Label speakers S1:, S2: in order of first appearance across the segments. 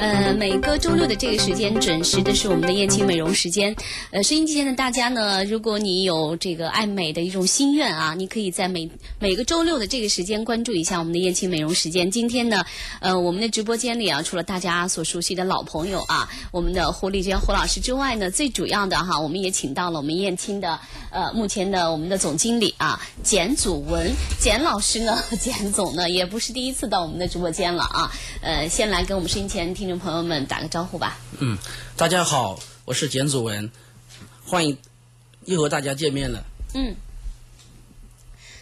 S1: 呃，每个周六的这个时间准时的是我们的燕青美容时间。呃，收音机前的大家呢，如果你有这个爱美的一种心愿啊，你可以在每每个周六的这个时间关注一下我们的燕青美容时间。今天呢，呃，我们的直播间里啊，除了大家所熟悉的老朋友啊，我们的胡丽娟胡老师之外呢，最主要的哈，我们也请到了我们燕青的呃，目前的我们的总经理啊，简祖文，简老师呢， 简总呢，也不是第一次到我们的直播间了啊。呃，先来跟我们收音前听。听众朋友们，打个招呼吧。
S2: 嗯，大家好，我是简祖文，欢迎又和大家见面了。
S1: 嗯，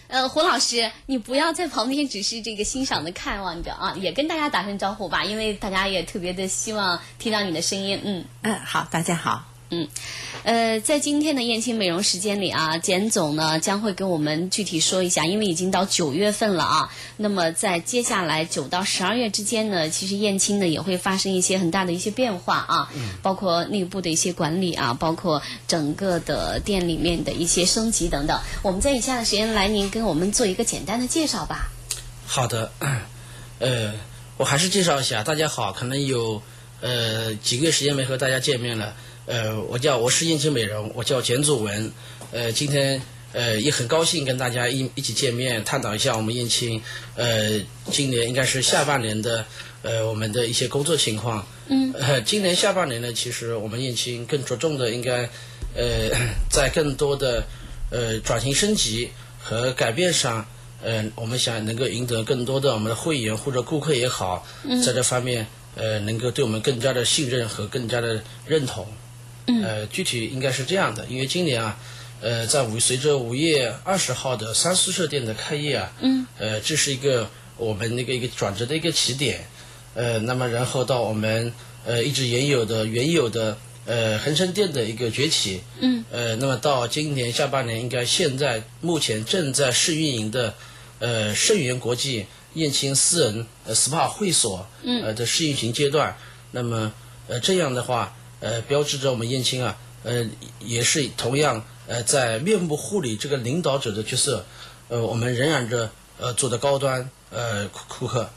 S1: 呃，胡老师，你不要在旁边只是这个欣赏的看望着啊，也跟大家打声招呼吧，因为大家也特别的希望听到你的声音。嗯
S3: 嗯，好，大家好。
S1: 嗯，呃，在今天的燕青美容时间里啊，简总呢将会跟我们具体说一下，因为已经到九月份了啊。那么在接下来九到十二月之间呢，其实燕青呢也会发生一些很大的一些变化啊，
S2: 嗯
S1: 包括内部的一些管理啊，包括整个的店里面的一些升级等等。我们在以下的时间来，您跟我们做一个简单的介绍吧。
S2: 好的， 呃，我还是介绍一下，大家好，可能有呃几个月时间没和大家见面了。呃，我叫我是燕青美容，我叫简祖文。呃，今天呃也很高兴跟大家一一起见面，探讨一下我们燕青呃今年应该是下半年的呃我们的一些工作情况。
S1: 嗯。
S2: 呃，今年下半年呢，其实我们燕青更着重的应该呃 在更多的呃转型升级和改变上，呃，我们想能够赢得更多的我们的会员或者顾客也好，
S1: 嗯、
S2: 在这方面呃能够对我们更加的信任和更加的认同。
S1: 嗯、
S2: 呃，具体应该是这样的，因为今年啊，呃，在五随着五月二十号的三宿舍店的开业啊，
S1: 嗯，
S2: 呃，这是一个我们那个一个转折的一个起点，呃，那么然后到我们呃一直原有的原有的呃恒生店的一个崛起，
S1: 嗯，
S2: 呃，那么到今年下半年，应该现在目前正在试运营的呃盛源国际燕青私人呃 SPA 会所，
S1: 嗯，
S2: 呃的试运行阶段，那么呃这样的话。呃，标志着我们燕青啊，呃，也是同样呃，在面部护理这个领导者的角色，呃，我们仍然着呃做的高端呃顾客。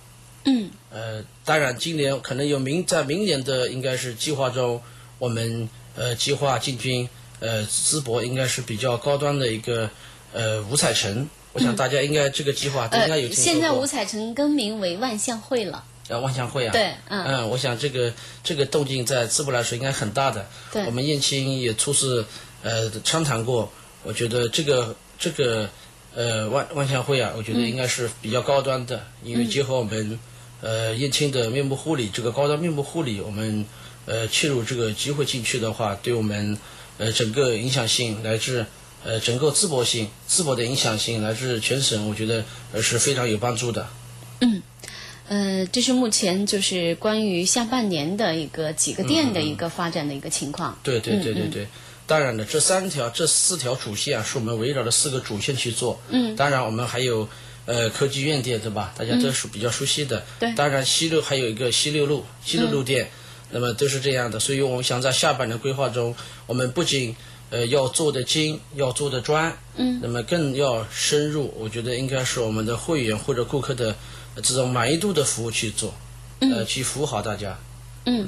S1: 嗯。
S2: 呃，当然，今年可能有明在明年的应该是计划中，我们呃计划进军呃淄博，应该是比较高端的一个呃五彩城。我想大家应该这个计划都应该有
S1: 呃、
S2: 听说过。
S1: 现在五彩城更名为万象汇了。
S2: 呃，万象汇啊，
S1: 对，嗯，
S2: 嗯，我想这个这个动静在淄博来说应该很大的。
S1: 对，
S2: 我们燕青也初次呃商谈过，我觉得这个这个呃万万象汇啊，我觉得应该是比较高端的，
S1: 嗯、
S2: 因为结合我们呃燕青的面部护理这个高端面部护理，我们呃切入这个机会进去的话，对我们呃整个影响性乃至。呃，整个淄博性、淄博的影响性来自全省，我觉得呃是非常有帮助的。
S1: 嗯，呃，这是目前就是关于下半年的一个几个店的一个发展的一个情况。嗯、
S2: 对对对对对，
S1: 嗯、
S2: 当然了，这三条、这四条主线啊，是我们围绕着四个主线去做。
S1: 嗯，
S2: 当然我们还有呃科技院店，对吧？大家都是比较熟悉的。
S1: 对、嗯，
S2: 当然西六还有一个西六路、西六路店，那么都是这样的。所以我们想在下半年规划中，我们不仅呃，要做的精，要做的专，
S1: 嗯，
S2: 那么更要深入。我觉得应该是我们的会员或者顾客的呃这种满意度的服务去做，
S1: 嗯、
S2: 呃，去服务好大家。
S1: 嗯，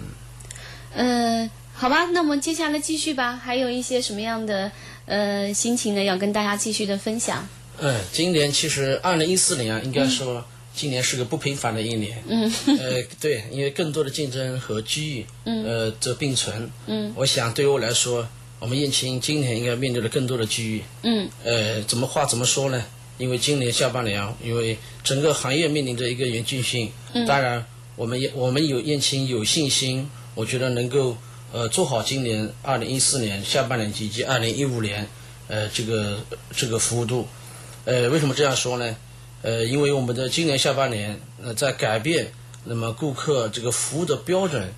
S1: 呃，好吧，那我们接下来继续吧。还有一些什么样的呃心情呢？要跟大家继续的分享。
S2: 嗯，今年其实二零一四年啊，应该说、嗯、今年是个不平凡的一年。
S1: 嗯，
S2: 呃，对，因为更多的竞争和机遇，
S1: 嗯，
S2: 呃，这并存。
S1: 嗯，
S2: 我想对于我来说。我们燕青今年应该面对了更多的机遇。
S1: 嗯。
S2: 呃，怎么话怎么说呢？因为今年下半年，啊，因为整个行业面临着一个严峻性。
S1: 嗯。
S2: 当然，我们也我们有燕青有信心，我觉得能够呃，做好今年二零一四年下半年及及二零一五年，呃，这个这个服务度。呃，为什么这样说呢？呃，因为我们的今年下半年，呃，在改变那么顾客这个服务的标准，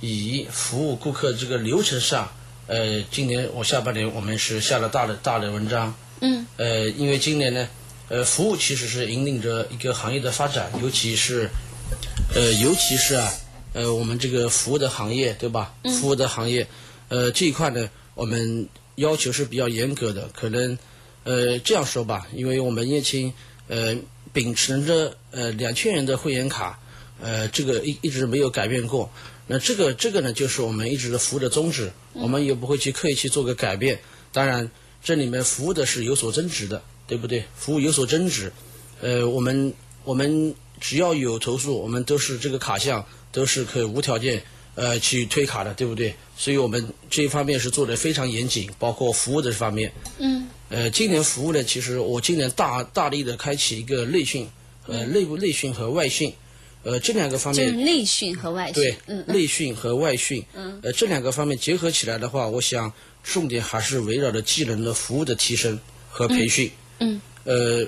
S2: 以服务顾客这个流程上，呃，今年我下半年我们是下了大的大的文章。
S1: 嗯，
S2: 呃，因为今年呢，呃，服务其实是引领着一个行业的发展，尤其是，呃，尤其是啊，呃，我们这个服务的行业，对吧？服务的行业，呃，这一块呢，我们要求是比较严格的，可能，呃，这样说吧，因为我们燕青，呃，秉承着呃两千元的会员卡，呃，这个一一直没有改变过。那这个这个呢，就是我们一直的服务的宗旨，我们也不会去刻意去做个改变。当然，这里面服务的是有所增值的，对不对？服务有所增值，呃，我们我们只要有投诉，我们都是这个卡项都是可以无条件呃去退卡的，对不对？所以我们这一方面是做的非常严谨，包括服务的这方面。
S1: 嗯。
S2: 呃，今年服务呢，其实我今年大大力的开启一个内训，呃，内部内训和外训，呃，这两个方
S1: 就是
S2: 面
S1: 内训和外训
S2: 对，，
S1: 嗯，嗯
S2: 内训和外训，嗯，呃，这两个方面结合起来的话，我想重点还是围绕着技能的服务的提升和培训，
S1: 嗯
S2: 呃，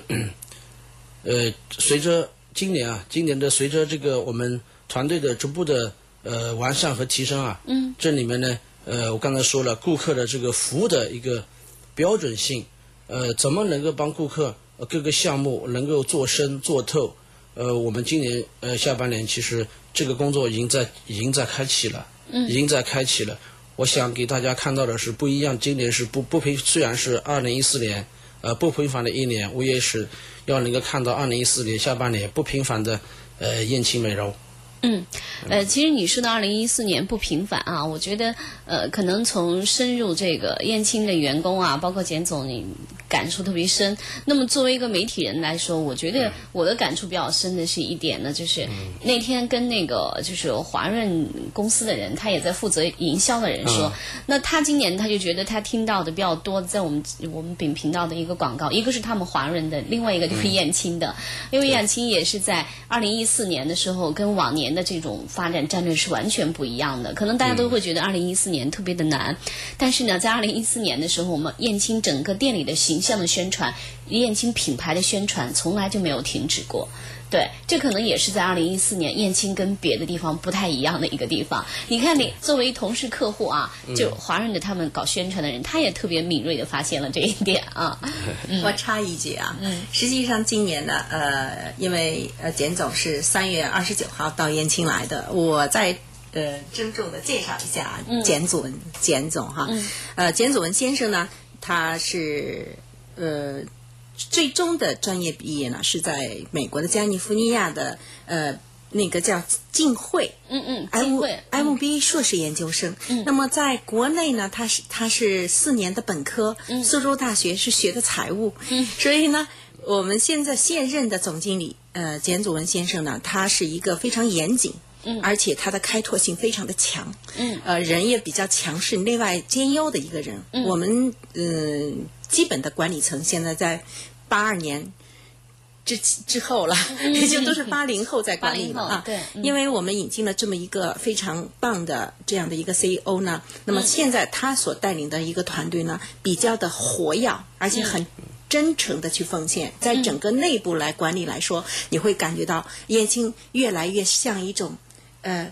S2: 呃，随着今年啊，今年的随着这个我们团队的逐步的呃完善和提升啊，
S1: 嗯，
S2: 这里面呢，呃，我刚才说了，顾客的这个服务的一个标准性，呃，怎么能够帮顾客呃各个项目能够做深做透？呃，我们今年呃下半年其实这个工作已经在已经在开启了，嗯，已经在开启了。我想给大家看到的是不一样，今年是不不平，虽然是二零一四年，呃不平凡的一年，我也是要能够看到二零一四年下半年不平凡的呃燕青美容。
S1: 嗯，呃，其实你说的二零一四年不平凡啊，我觉得呃，可能从深入这个燕青的员工啊，包括简总，你感触特别深。那么作为一个媒体人来说，我觉得我的感触比较深的是一点呢，就是那天跟那个就是华润公司的人，他也在负责营销的人说，那他今年他就觉得他听到的比较多，在我们我们本频道的一个广告，一个是他们华润的，另外一个就是燕青的，因为燕青也是在二零一四年的时候跟往年的这种发展战略是完全不一样的。可能大家都会觉得二零一四年特别的难，但是呢，在二零一四年的时候，我们燕青整个店里的形象的宣传，燕青品牌的宣传从来就没有停止过。对，这可能也是在二零一四年燕青跟别的地方不太一样的一个地方。你看你，作为同事客户啊，
S2: 嗯
S1: 就华润的他们搞宣传的人，他也特别敏锐的发现了这一点啊。
S3: 我插一句啊，实际上今年呢，呃，因为呃，简总是三月二十九号到燕青来的，我在。呃，郑重的介绍一下啊简祖文，简总哈，呃，简祖文先生呢，他是呃最终的专业毕业呢是在美国的加利福尼亚的呃那个叫浸会，嗯
S1: 嗯嗯，
S3: M
S1: 金会
S3: MB 硕士研究生。那么在国内呢，他是他是四年的本科，苏州大学是学的财务，所以呢，我们现在现任的总经理呃简祖文先生呢，他是一个非常严谨。而且他的开拓性非常的强，嗯，呃，人也比较强势，内外兼优的一个人。我们嗯、基本的管理层现在在八二年之之后了，也就都是八零后在管理了
S1: 嗯
S3: 啊
S1: 80后。对嗯
S3: 因为我们引进了这么一个非常棒的这样的一个 CEO 呢，那
S1: 嗯
S3: 么现在他所带领的一个团队呢，比较的活跃，而且很。真诚的去奉献，
S1: 嗯
S3: 在整个内部来管理来说，你会感觉到燕青越来越像一种，呃，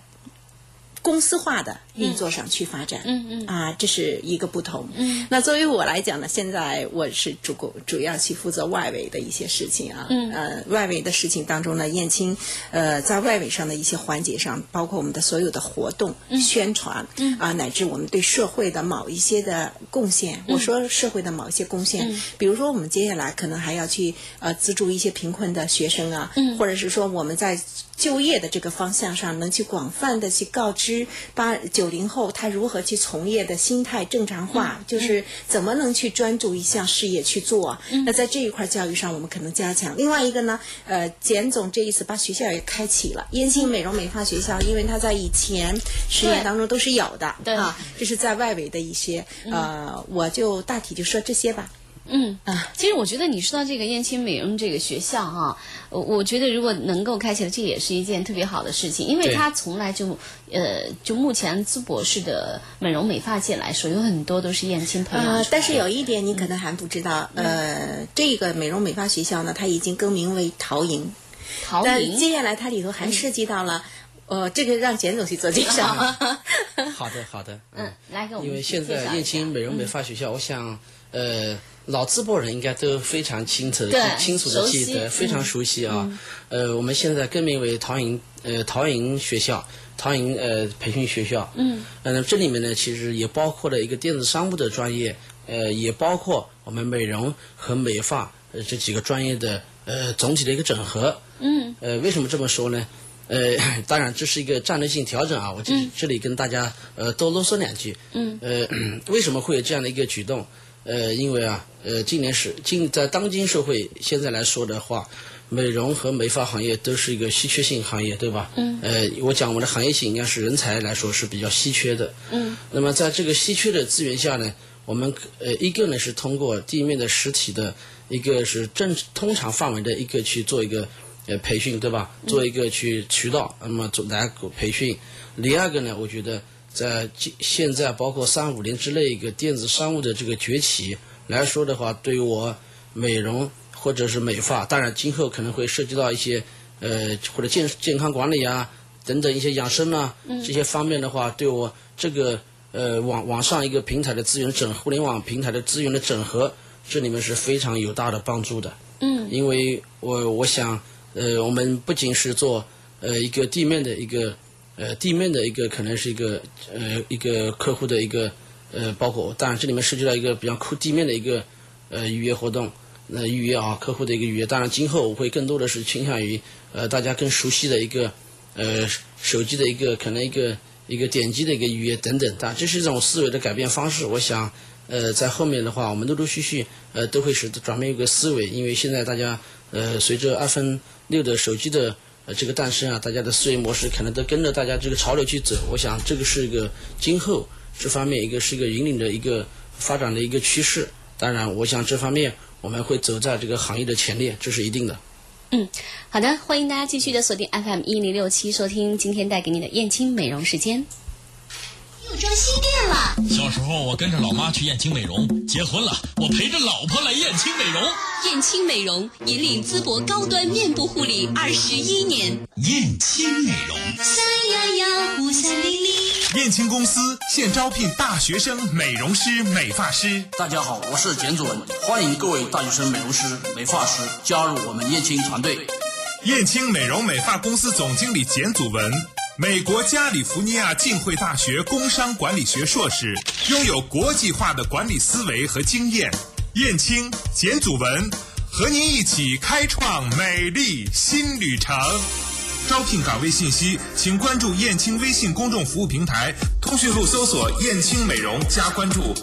S3: 公司化的运作上去发展，嗯嗯啊，这是一个不同。嗯，那作为我来讲呢，现在我是主顾主要去负责外围的一些事情啊，嗯呃，外围的事情当中呢，燕青呃在外围上的一些环节上，包括我们的所有的活动、宣传，嗯啊，乃至我们对社会的某一些的贡献，我说社会的某一些贡献，比如说我们接下来可能还要去呃资助一些贫困的学生啊，嗯、或者是说我们在就业的这个方向上，能去广泛的去告知八九零后他如何去从业的心态正常化，就是怎么能去专注一项事业去做。那在这一块教育上，我们可能加强。另外一个呢，呃，简总这一次把学校也开启了，燕青美容美发学校，因为它在以前实验当中都是有的，
S1: 对
S3: 啊，这是在外围的一些，呃，我就大体就说这些吧。
S1: 嗯其实我觉得你说到这个燕青美容这个学校啊，我我觉得如果能够开起来，这也是一件特别好的事情，因为
S2: 对
S1: 它从来就呃，就目前淄博市的美容美发界来说，有很多都是燕青培养出来
S3: 呃
S1: 的，
S3: 但是有一点你可能还不知道，呃，这个美容美发学校呢，它已经更名为陶营，
S1: 陶
S3: 但
S1: 宁
S3: 接下来它里头还涉及到了，呃，这个让简总去做介绍。
S2: 好的，好的，嗯
S1: 嗯，来给我们
S2: 因为现
S1: 介绍
S2: 在
S1: 一
S2: 燕
S1: 下
S2: 青美容美发学校，我想，呃，老淄博人应该都非常清楚
S1: 对
S2: 的清楚的记
S1: 熟悉
S2: 得，非常熟悉啊。呃，我们现在更名为陶营呃陶营学校，陶营呃培训学校。嗯，呃，这里面呢，其实也包括了一个电子商务的专业，呃，也包括我们美容和美发呃这几个专业的呃总体的一个整合。嗯，呃，为什么这么说呢？呃， 当然这是一个战略性调整啊，我这、这里跟大家呃多啰嗦两句。嗯。呃， 为什么会有这样的一个举动？呃，因为啊，呃，今年是今在当今社会现在来说的话，美容和美发行业都是一个稀缺性行业，对吧？嗯。呃，我讲我们的行业性应该是人才来说是比较稀缺的。嗯。那么在这个稀缺的资源下呢，我们呃一个呢是通过地面的实体的，一个是正通常范围的一个去做一个呃培训，对吧？做一个去渠道，那么做来培训。第二个呢，我觉得在今现在包括三五年之内一个电子商务的这个崛起来说的话，对于我美容或者是美发，当然今后可能会涉及到一些呃或者健健康管理啊等等一些养生啊这些方面的话，对我这个呃网网上一个平台的资源整互联网平台的资源的整合，这里面是非常有大的帮助的。嗯，因为我我想呃我们不仅是做呃一个地面的一个呃地面的一个可能是一个呃一个客户的一个呃包括，当然这里面涉及到一个比较酷地面的一个呃预约活动，呃预约啊客户的一个预约。当然今后我会更多的是倾向于呃大家更熟悉的一个呃手机的一个可能一个一个点击的一个预约等等，但这是一种思维的改变方式。我想呃在后面的话，我们陆陆续续呃都会使转变一个思维，因为现在大家呃随着 iPhone 六的手机的呃这个诞生啊，大家的思维模式可能都跟着大家这个潮流去走。我想这个是一个今后这方面一个是一个引领的一个发展的一个趋势。当然，我想这方面我们会走在这个行业的前列，这是一定的。
S1: 好的，欢迎大家继续的锁定 FM 一零六七，收听今天带给你的燕青美容时间。
S4: 又装新店了，
S5: 小时候我跟着老妈去燕青美容，结婚了我陪着老婆来燕青美容。
S6: 燕青美容引领淄博高端面部护理二十一年。
S5: 燕青美容，
S4: 三幺幺五三零零，
S7: 燕青公司现招聘大学生美容师、美发师。
S8: 大家好，我是简祖文，欢迎各位大学生美容师、美发师加入我们燕青团队。
S7: 燕青美容美发公司总经理简祖文，美国加利福尼亚浸会大学工商管理学硕士，拥有国际化的管理思维和经验。燕青、简祖文和您一起开创美丽新旅程。招聘岗位信息，请关注燕青微信公众服务平台，通讯录搜索“燕青美容”加关注。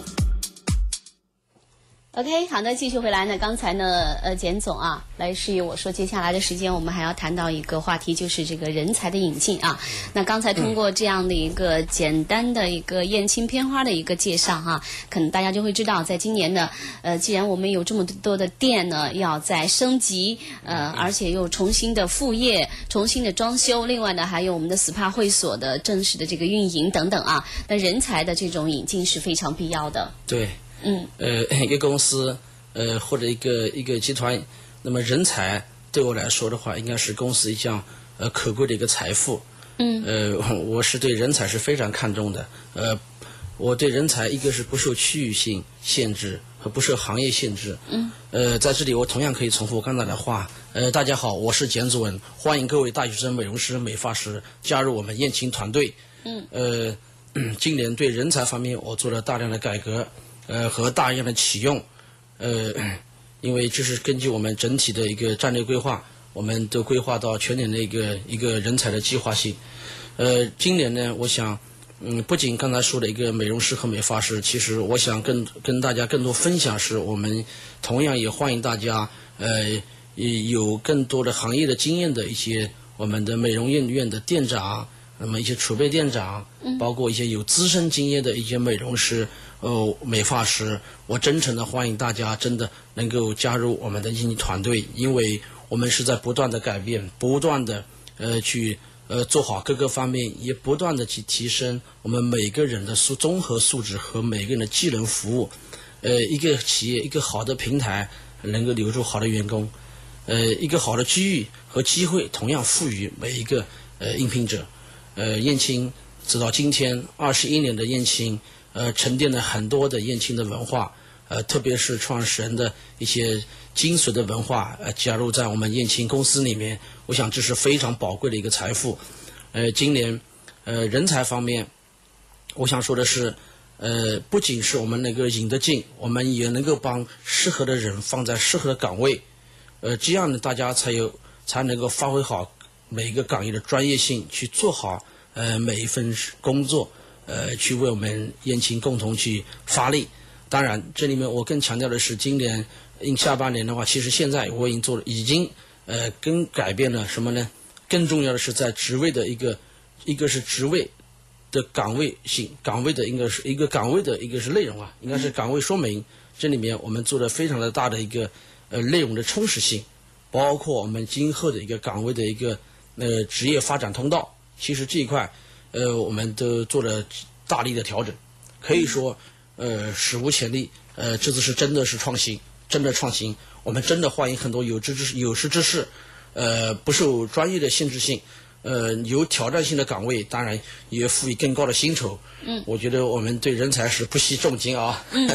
S1: OK，好的，继续回来呢。刚才呢，呃，简总啊，来示意我说，接下来的时间我们还要谈到一个话题，就是这个人才的引进啊。那刚才通过这样的一个简单的一个燕青片花的一个介绍哈、可能大家就会知道，在今年呢，呃，既然我们有这么多的店呢，要在升级，呃，而且又重新的复业、重新的装修，另外呢，还有我们的 SPA 会所的正式的这个运营等等啊。那人才的这种引进是非常必要的。
S2: 对，
S1: 嗯，
S2: 呃， 一个公司，呃，或者一个一个集团，那么人才对我来说的话，应该是公司一项呃可贵的一个财富。嗯，呃，我是对人才是非常看重的。呃，我对人才一个是不受区域性限制和不受行业限制。嗯，呃，在这里我同样可以重复刚才的话。呃，大家好，我是简子文，欢迎各位大学生美容师、美发师加入我们燕青团队。嗯，呃， 今年对人才方面，我做了大量的改革，呃，和大量的启用，呃，因为这是根据我们整体的一个战略规划，我们都规划到全年的一个一个人才的计划性。呃，今年呢，我想，嗯，不仅刚才说的一个美容师和美发师，其实我想更跟大家更多分享是，我们同样也欢迎大家，呃，也有更多的行业的经验的一些我们的美容院院的店长，那么一些储备店长，包括一些有资深经验的一些美容师，呃美发师，我真诚的欢迎大家真的能够加入我们的燕青团队，因为我们是在不断的改变，不断的呃去呃做好各个方面，也不断的去提升我们每个人的素综合素质和每个人的技能服务。呃，一个企业一个好的平台能够留住好的员工，呃，一个好的机遇和机会同样赋予每一个呃应聘者。呃，燕青直到今天二十一年的燕青，呃，沉淀了很多的燕青的文化，呃，特别是创始人的一些精髓的文化，呃，加入在我们燕青公司里面，我想这是非常宝贵的一个财富。呃，今年呃人才方面，我想说的是，呃，不仅是我们能够引得进，我们也能够帮适合的人放在适合的岗位，呃，这样呢，大家才有才能够发挥好每一个岗位的专业性，去做好呃每一份工作，呃，去为我们燕青共同去发力。当然，这里面我更强调的是，今年应下半年的话，其实现在我已经做了，已经呃更改变了什么呢？更重要的是在职位的一个，一个是职位的岗位性，岗位的应该是一个岗位的一个是内容啊，应该是岗位说明。这里面我们做了非常的大的一个呃内容的充实性，包括我们今后的一个岗位的一个呃职业发展通道。其实这一块，呃，我们都做了大力的调整，可以说呃史无前例。呃，这次是真的是创新，真的创新。我们真的欢迎很多有志之士、有识之士，呃，不受专业的限制性，呃，有挑战性的岗位，当然也赋予更高的薪酬。嗯，我觉得我们对人才是不惜重金啊。嗯，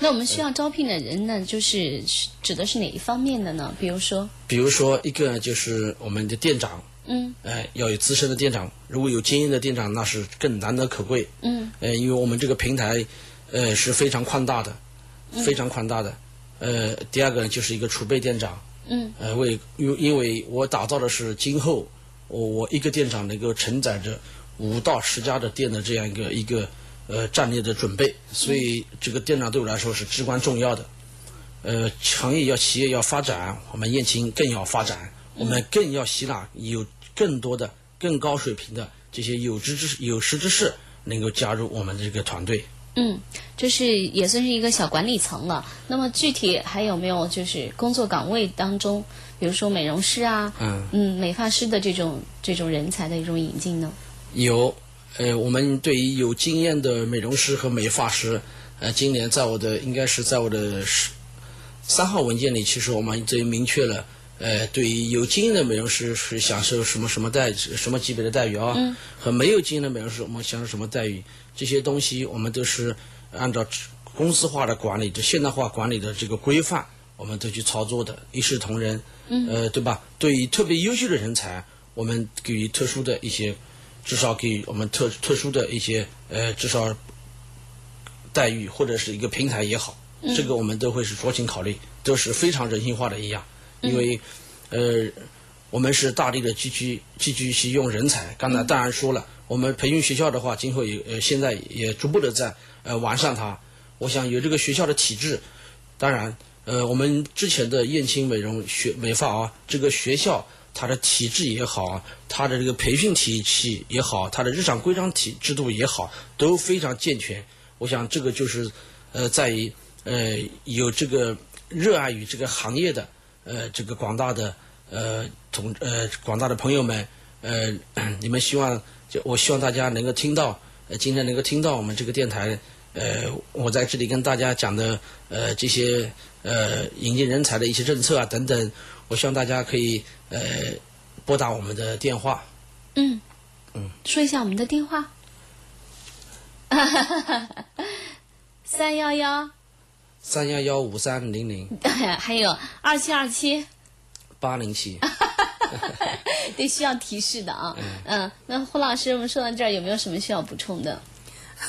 S1: 那我们需要招聘的人呢，就是是指的是哪一方面的呢？比如说，
S2: 比如说一个就是我们的店长，
S1: 嗯，
S2: 呃，要有资深的店长，如果有经验的店长，那是更难能可贵。
S1: 嗯，
S2: 呃，因为我们这个平台，呃，是非常宽大的，
S1: 嗯
S2: 非常宽大的。呃，第二个呢，就是一个储备店长。
S1: 嗯，
S2: 呃，为因因为我打造的是今后我我一个店长能够承载着五到十家的店的这样一个一个呃战略的准备，
S1: 嗯
S2: 所以这个店长对我来说是至关重要的。呃，行业要企业要发展，我们燕青更要发展，我们更要吸纳有更多的、更高水平的这些有知之士有识之士能够加入我们的这个团队。
S1: 嗯，这是也算是一个小管理层了。那么具体还有没有就是工作岗位当中，比如说美容师啊，
S2: 嗯
S1: 美发师的这种这种人才的一种引进呢？
S2: 有，呃，我们对于有经验的美容师和美发师，呃，今年在我的应该是在我的十三号文件里，其实我们已经明确了，呃，对于有经验的美容师是享受什么什么待遇什么级别的待遇啊，和没有经验的美容师我们享受什么待遇，这些东西我们都是按照公司化的管理、这现代化管理的这个规范，我们都去操作的，一视同仁，呃，对吧？对于特别优秀的人才，我们给予特殊的一些。至少给予我们特特殊的一些呃，至少待遇或者是一个平台也好，这个我们都会是酌情考虑，都是非常人性化的一样。因为、呃，我们是大力的积聚积聚去用人才。刚才当然说了，我们培训学校的话，今后也呃现在也逐步的在呃完善它。我想有这个学校的体制，当然呃我们之前的燕青美容学美发啊，这个学校它的体制也好，啊它的这个培训体系也好，它的日常规章体制度也好，都非常健全。我想这个就是呃在于呃有这个热爱于这个行业的呃这个广大的呃同呃广大的朋友们呃你们希望就我希望大家能够听到呃今天能够听到我们这个电台呃我在这里跟大家讲的呃这些呃引进人才的一些政策啊等等，我希望大家可以呃拨打我们的电话
S1: 嗯，说一下我们的电话， 三幺幺，
S2: 三幺幺五三零零
S1: 还有二七二七，
S2: 八零七。
S1: 得需要提示的啊。嗯，那胡老师，我们说到这儿，有没有什么需要补充的？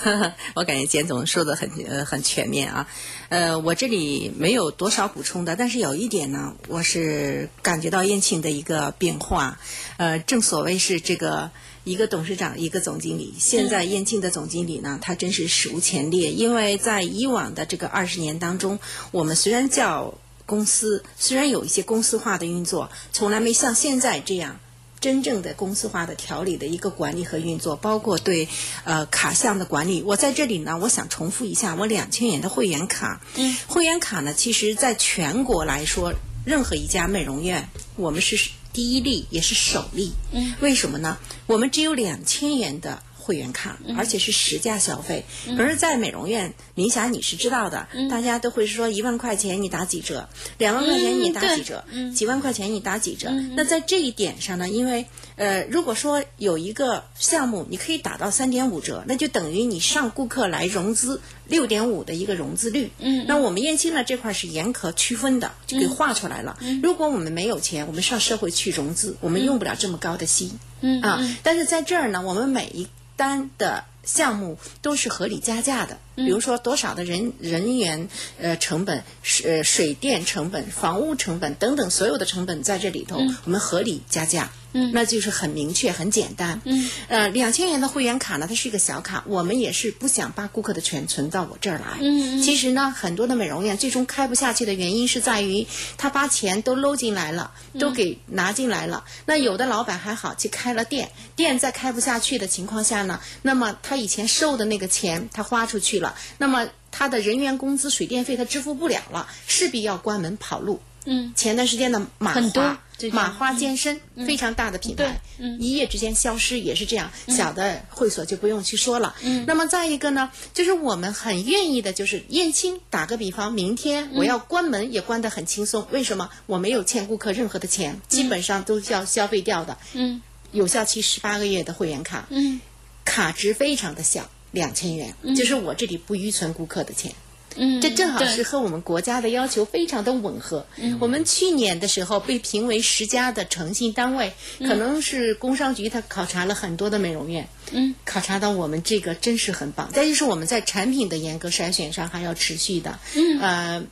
S3: 我感觉简总说的很呃很全面啊，呃，我这里没有多少补充的，但是有一点呢，我是感觉到燕庆的一个变化，呃，正所谓是这个一个董事长一个总经理，现在燕庆的总经理呢，他真是史无前例，因为在以往的这个二十年当中，我们虽然叫公司，虽然有一些公司化的运作，从来没像现在这样。真正的公司化的调理的一个管理和运作，包括对呃卡项的管理。我在这里呢，我想重复一下，我两千元的会员卡，嗯，会员卡呢，其实在全国来说，任何一家美容院，我们是第一例，也是首例。嗯，为什么呢？我们只有两千元的。会员卡，而且是实价消费。可是，在美容院，林霞你是知道的，大家都会说一万块钱你打几折，两万块钱你打几折，几万块钱你打几折。那在这一点上呢，因为呃，如果说有一个项目你可以打到三点五折，那就等于你上顾客来融资六点五的一个融资率。嗯，那我们燕青呢这块是严格区分的，就给画出来了。如果我们没有钱，我们上社会去融资，我们用不了这么高的息。嗯啊，但是在这儿呢，我们每一单的项目都是合理加价的，比如说多少的人人员呃成本、水呃水电成本、房屋成本等等所有的成本在这里头，我们合理加价，嗯，那就是很明确、很简单，嗯，呃，两千元的会员卡呢，它是一个小卡，我们也是不想把顾客的钱存到我这儿来，嗯，其实呢，很多的美容院最终开不下去的原因是在于他把钱都搂进来了，都给拿进来了，那有的老板还好去开了店，店再开不下去的情况下呢，那么他以前收的那个钱他花出去了，那么他的人员工资、水电费他支付不了了，势必要关门跑路。嗯，前段时间的马
S1: 很多
S3: 华
S1: 这，种
S3: 马花健身、非常大的品牌，一夜之间消失也是这样，小的会所就不用去说了。那么再一个呢，就是我们很愿意的，就是燕青，打个比方，明天我要关门也关得很轻松，为什么？我没有欠顾客任何的钱，基本上都是要消费掉的。嗯，有效期十八个月的会员卡，嗯，卡值非常的小，两千元，就是我这里不预存顾客的钱。
S1: 嗯
S3: 这正好是和我们国家的要求非常的吻合。我们去年的时候被评为十佳的诚信单位，可能是工商局他考察了很多的美容院，嗯，考察到我们这个真是很棒。再就是我们在产品的严格筛选上还要持续的，嗯，呃。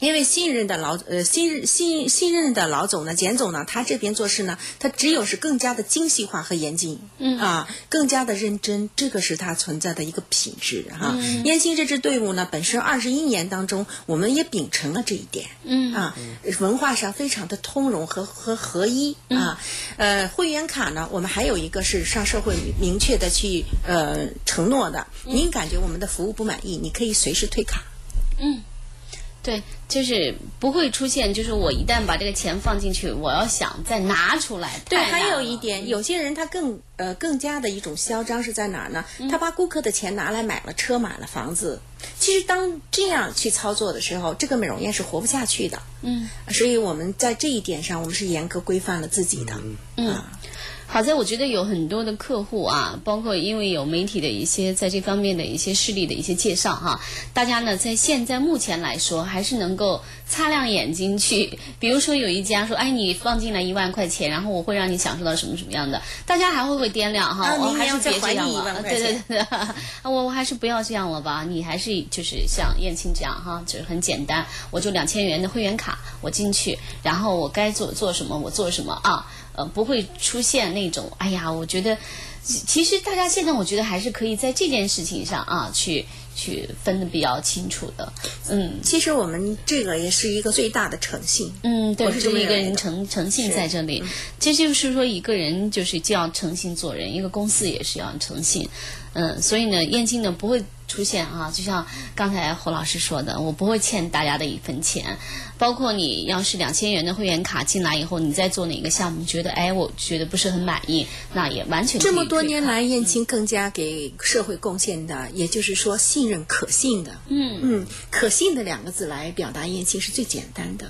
S3: 因为新任的老呃新新新任的老总呢，简总呢，他这边做事呢，他只有是更加的精细化和严谨，嗯啊，更加的认真，这个是他存在的一个品质哈。燕青这支队伍呢，本身二十一年当中，我们也秉承了这一点，嗯啊，文化上非常的通融和和合一啊。呃，会员卡呢，我们还有一个是上社会明确的去呃承诺的，您感觉我们的服务不满意，你可以随时退卡。
S1: 对，就是不会出现，就是我一旦把这个钱放进去，我要想再拿出来。
S3: 对，
S1: 太难
S3: 还有
S1: 了
S3: 一点，有些人他更呃更加的一种嚣张是在哪儿呢？他把顾客的钱拿来买了车，买了房子。其实当这样去操作的时候，这个美容院是活不下去的。嗯，所以我们在这一点上，我们是严格规范了自己的。嗯，
S1: 好在我觉得有很多的客户啊，包括因为有媒体的一些在这方面的一些事例的一些介绍哈、大家呢在现在目前来说还是能够擦亮眼睛去，比如说有一家说，哎，你放进来一万块钱，然后我会让你享受到什么什么样的，大家还会不会掂量哈，
S3: 啊
S1: 我、
S3: 明
S1: 还
S3: 年
S1: 是
S3: 我再
S1: 别这
S3: 还
S1: 样
S3: 你
S1: 了，
S3: 1万块
S1: 对对
S3: 钱
S1: 对，啊 我我还是不要这样了吧，你还是就是像燕青这样哈，就是很简单，我就两千元的会员卡，我进去，然后我该做做什么我做什么啊，呃，不会出现那种哎呀，我觉得其其实大家现在我觉得还是可以在这件事情上啊去去分的比较清楚的，嗯
S3: 其实我们这个也是一个最大的诚信。
S1: 嗯，对，
S3: 我是
S1: 这
S3: 这么
S1: 一个
S3: 认为
S1: 人
S3: 的
S1: 诚诚信
S3: 是嗯
S1: 在这里，这就是说一个人就是既要诚信做人，一个公司也是要诚信，嗯，所以呢，燕青呢不会出现啊，就像刚才侯老师说的，我不会欠大家的一分钱，包括你要是两千元的会员卡进来以后，你再做哪个项目，觉得哎，我觉得不是很满意，那也完全可以
S3: 这么多
S1: 退
S3: 年
S1: 卡
S3: 来，燕青更加给社会贡献的，也就是说信任、可信的。嗯嗯，可信的两个字来表达燕青是最简单的。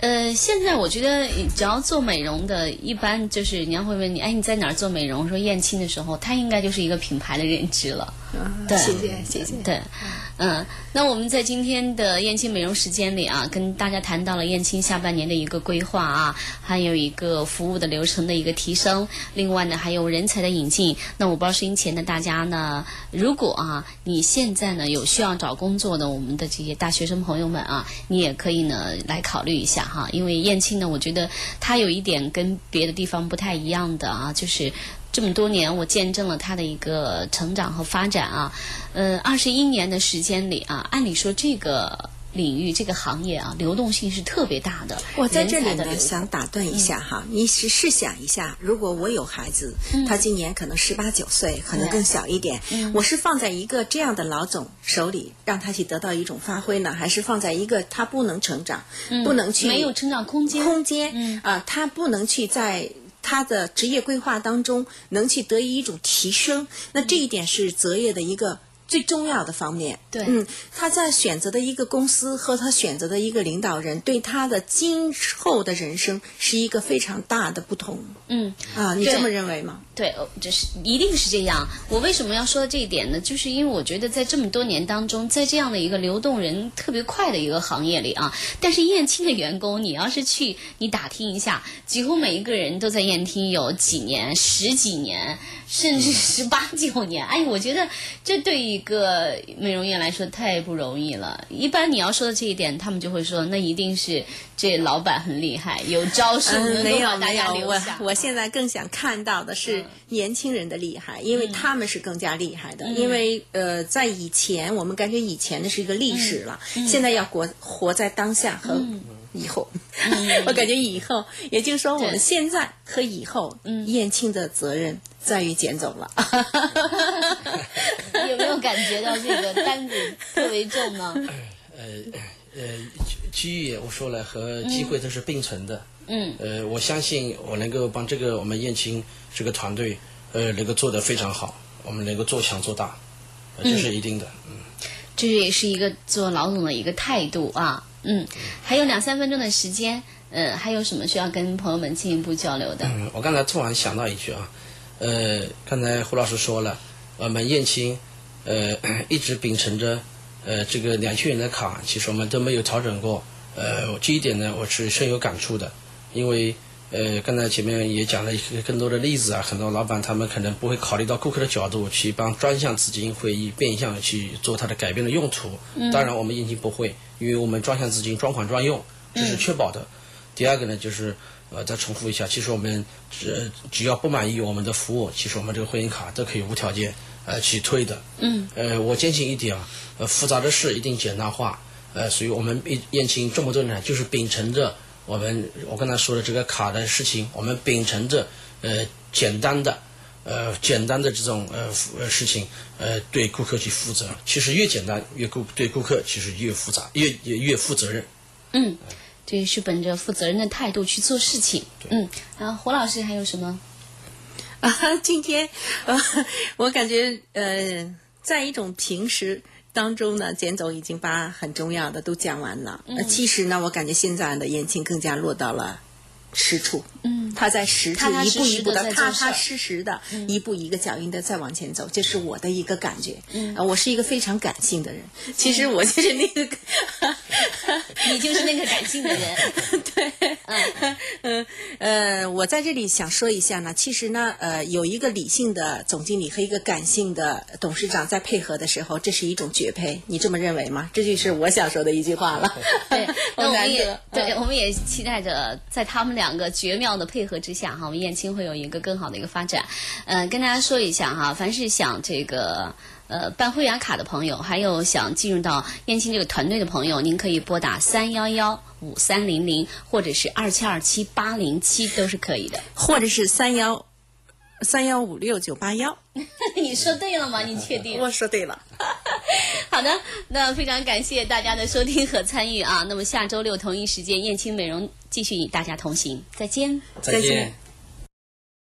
S1: 呃，现在我觉得呃只要做美容的，一般就是人家会问你，哎，你在哪儿做美容？说燕青的时候，他应该就是一个品牌的认知了。对，
S3: 啊谢谢谢谢。
S1: 对，嗯，那我们在今天的燕青美容时间里啊，跟大家谈到了燕青下半年的一个规划啊，还有一个服务的流程的一个提升，另外呢还有人才的引进。那我不知道收音前的大家呢，如果啊你现在呢有需要找工作的，我们的这些大学生朋友们啊，你也可以呢来考虑一下哈，因为燕青呢，我觉得它有一点跟别的地方不太一样的啊，就是这么多年，我见证了他的一个成长和发展啊。呃，二十一年的时间里啊，按理说这个领域、这个行业啊，流动性是特别大的。
S3: 我在这里
S1: 人才的嗯
S3: 呢，
S1: 流
S3: 想打断一下哈，你试试想一下，如果我有孩子，
S1: 嗯
S3: 他今年可能十八九岁，可能更小一点，我是放在一个这样的老总手里，让他去得到一种发挥呢，还是放在一个他不能成长、不能去
S1: 嗯没有成长空间
S3: 空间
S1: 嗯
S3: 啊、他不能去在。他的职业规划当中能去得以一种提升，那这一点是择业的一个最重要的方面。
S1: 对
S3: 嗯，他在选择的一个公司和他选择的一个领导人，对他的今后的人生是一个非常大的不同
S1: 嗯，
S3: 啊！你
S1: 对
S3: 这么认为吗？
S1: 对，呃这是一定是这样。我为什么要说这一点呢？就是因为我觉得在这么多年当中，在这样的一个流动人特别快的一个行业里啊，但是燕青的员工，你要是去你打听一下，几乎每一个人都在燕青有几年、十几年，甚至十八九年。哎，我觉得这对一个美容院来说太不容易了。一般你要说的这一点，他们就会说，那一定是这老板很厉害，有招数，能
S3: 呃嗯没
S1: 够
S3: 有
S1: 把大
S3: 没
S1: 家
S3: 有，
S1: 留
S3: 我
S1: 下。嗯
S3: 我现在更想看到的是年轻人的厉害，因为他们是更加厉害
S1: 嗯
S3: 的。因为呃，在以前我们感觉以前的是一个历
S1: 嗯
S3: 史了，现在要活活在当下和以后。 我感觉以后，也就是说我们
S1: 嗯对嗯
S3: 现在和以后，燕青的责任在于简总了。
S1: 有没有感觉到这个担子特别重啊呢？
S2: 呃，机机遇我说了和机会都是并存的。
S1: 嗯，
S2: 呃，我相信我能够帮这个我们燕青这个团队，呃，能够做得非常好，我们能够做强做大，呃
S1: 嗯
S2: 这是一定的。
S1: 这也是一个做老总的一个态度啊。嗯，还有两三分钟的时间，嗯，还有什么需要跟朋友们进一步交流的？
S2: 嗯，我刚才突然想到一句啊，呃，刚才胡老师说了，我们燕青，呃，一直秉承着呃这个两千元的卡，其实我们都没有调整过。呃，这一点呢，我是深有感触的，因为呃，刚才前面也讲了一些更多的例子啊，很多老板他们可能不会考虑到顾客的角度去帮专项资金会议变相地去做它的改变的用途。当然，我们燕青不会，因为我们专项资金专款专用，这是确保的。第二个呢，就是呃，再重复一下，其实我们只只要不满意我们的服务，其实我们这个会员卡都可以无条件呃去退的。嗯。呃，我坚信一点啊，呃，复杂的事一定简单化。呃，所以我们燕燕青这么多年来就是秉承着我们我刚才说的这个卡的事情，我们秉承着呃简单的。呃，简单的这种呃服呃事情，呃，对顾客去负责。其实越简单，越顾对顾客其实越复杂，越越越负责任。
S1: 嗯，这是本着负责任的态度去做事情。嗯，然后胡老师还有什么？
S3: 啊， 今天呃，我感觉呃，在一种平时当中呢，简总已经把很重要的都讲完了。
S1: 嗯
S3: 那、其实呢，我感觉现在的燕青更加落到了。实处，嗯，他在实处
S1: 踏踏
S3: 一
S1: 实
S3: 步
S1: 实
S3: 一步
S1: 地
S3: 的、
S1: 在
S3: 踏
S1: 做事儿嗯
S3: 踏实实的，一步一个脚印的在往前走，这是我的一个感觉。嗯，我是一个非常感性的人，其实我就是那个，
S1: 嗯 你就是那个感性的人。
S3: 嗯，呃，我在这里想说一下呢，其实呢，呃，有一个理性的总经理和一个感性的董事长在配合的时候，这是一种绝配，你这么认为吗？这就是我想说的一句话了。，
S1: 对 那我
S3: 难
S1: 们嗯也
S3: 得
S1: 对，我们也期待着在他们两个绝妙的配合之下，哈，我们燕青会有一个更好的一个发展。呃，跟大家说一下哈，凡是想这个。呃，办会员卡的朋友，还有想进入到燕青这个团队的朋友，您可以拨打三幺幺五三零零，或者是二七二七八零七，都是可以的。
S3: 或者是三幺三幺五六九八幺，
S1: 你说对了吗？你确定？
S3: 我说对了。
S1: 好的，那非常感谢大家的收听和参与啊！那么下周六同一时间，燕青美容继续与大家同行，再见。
S3: 再见。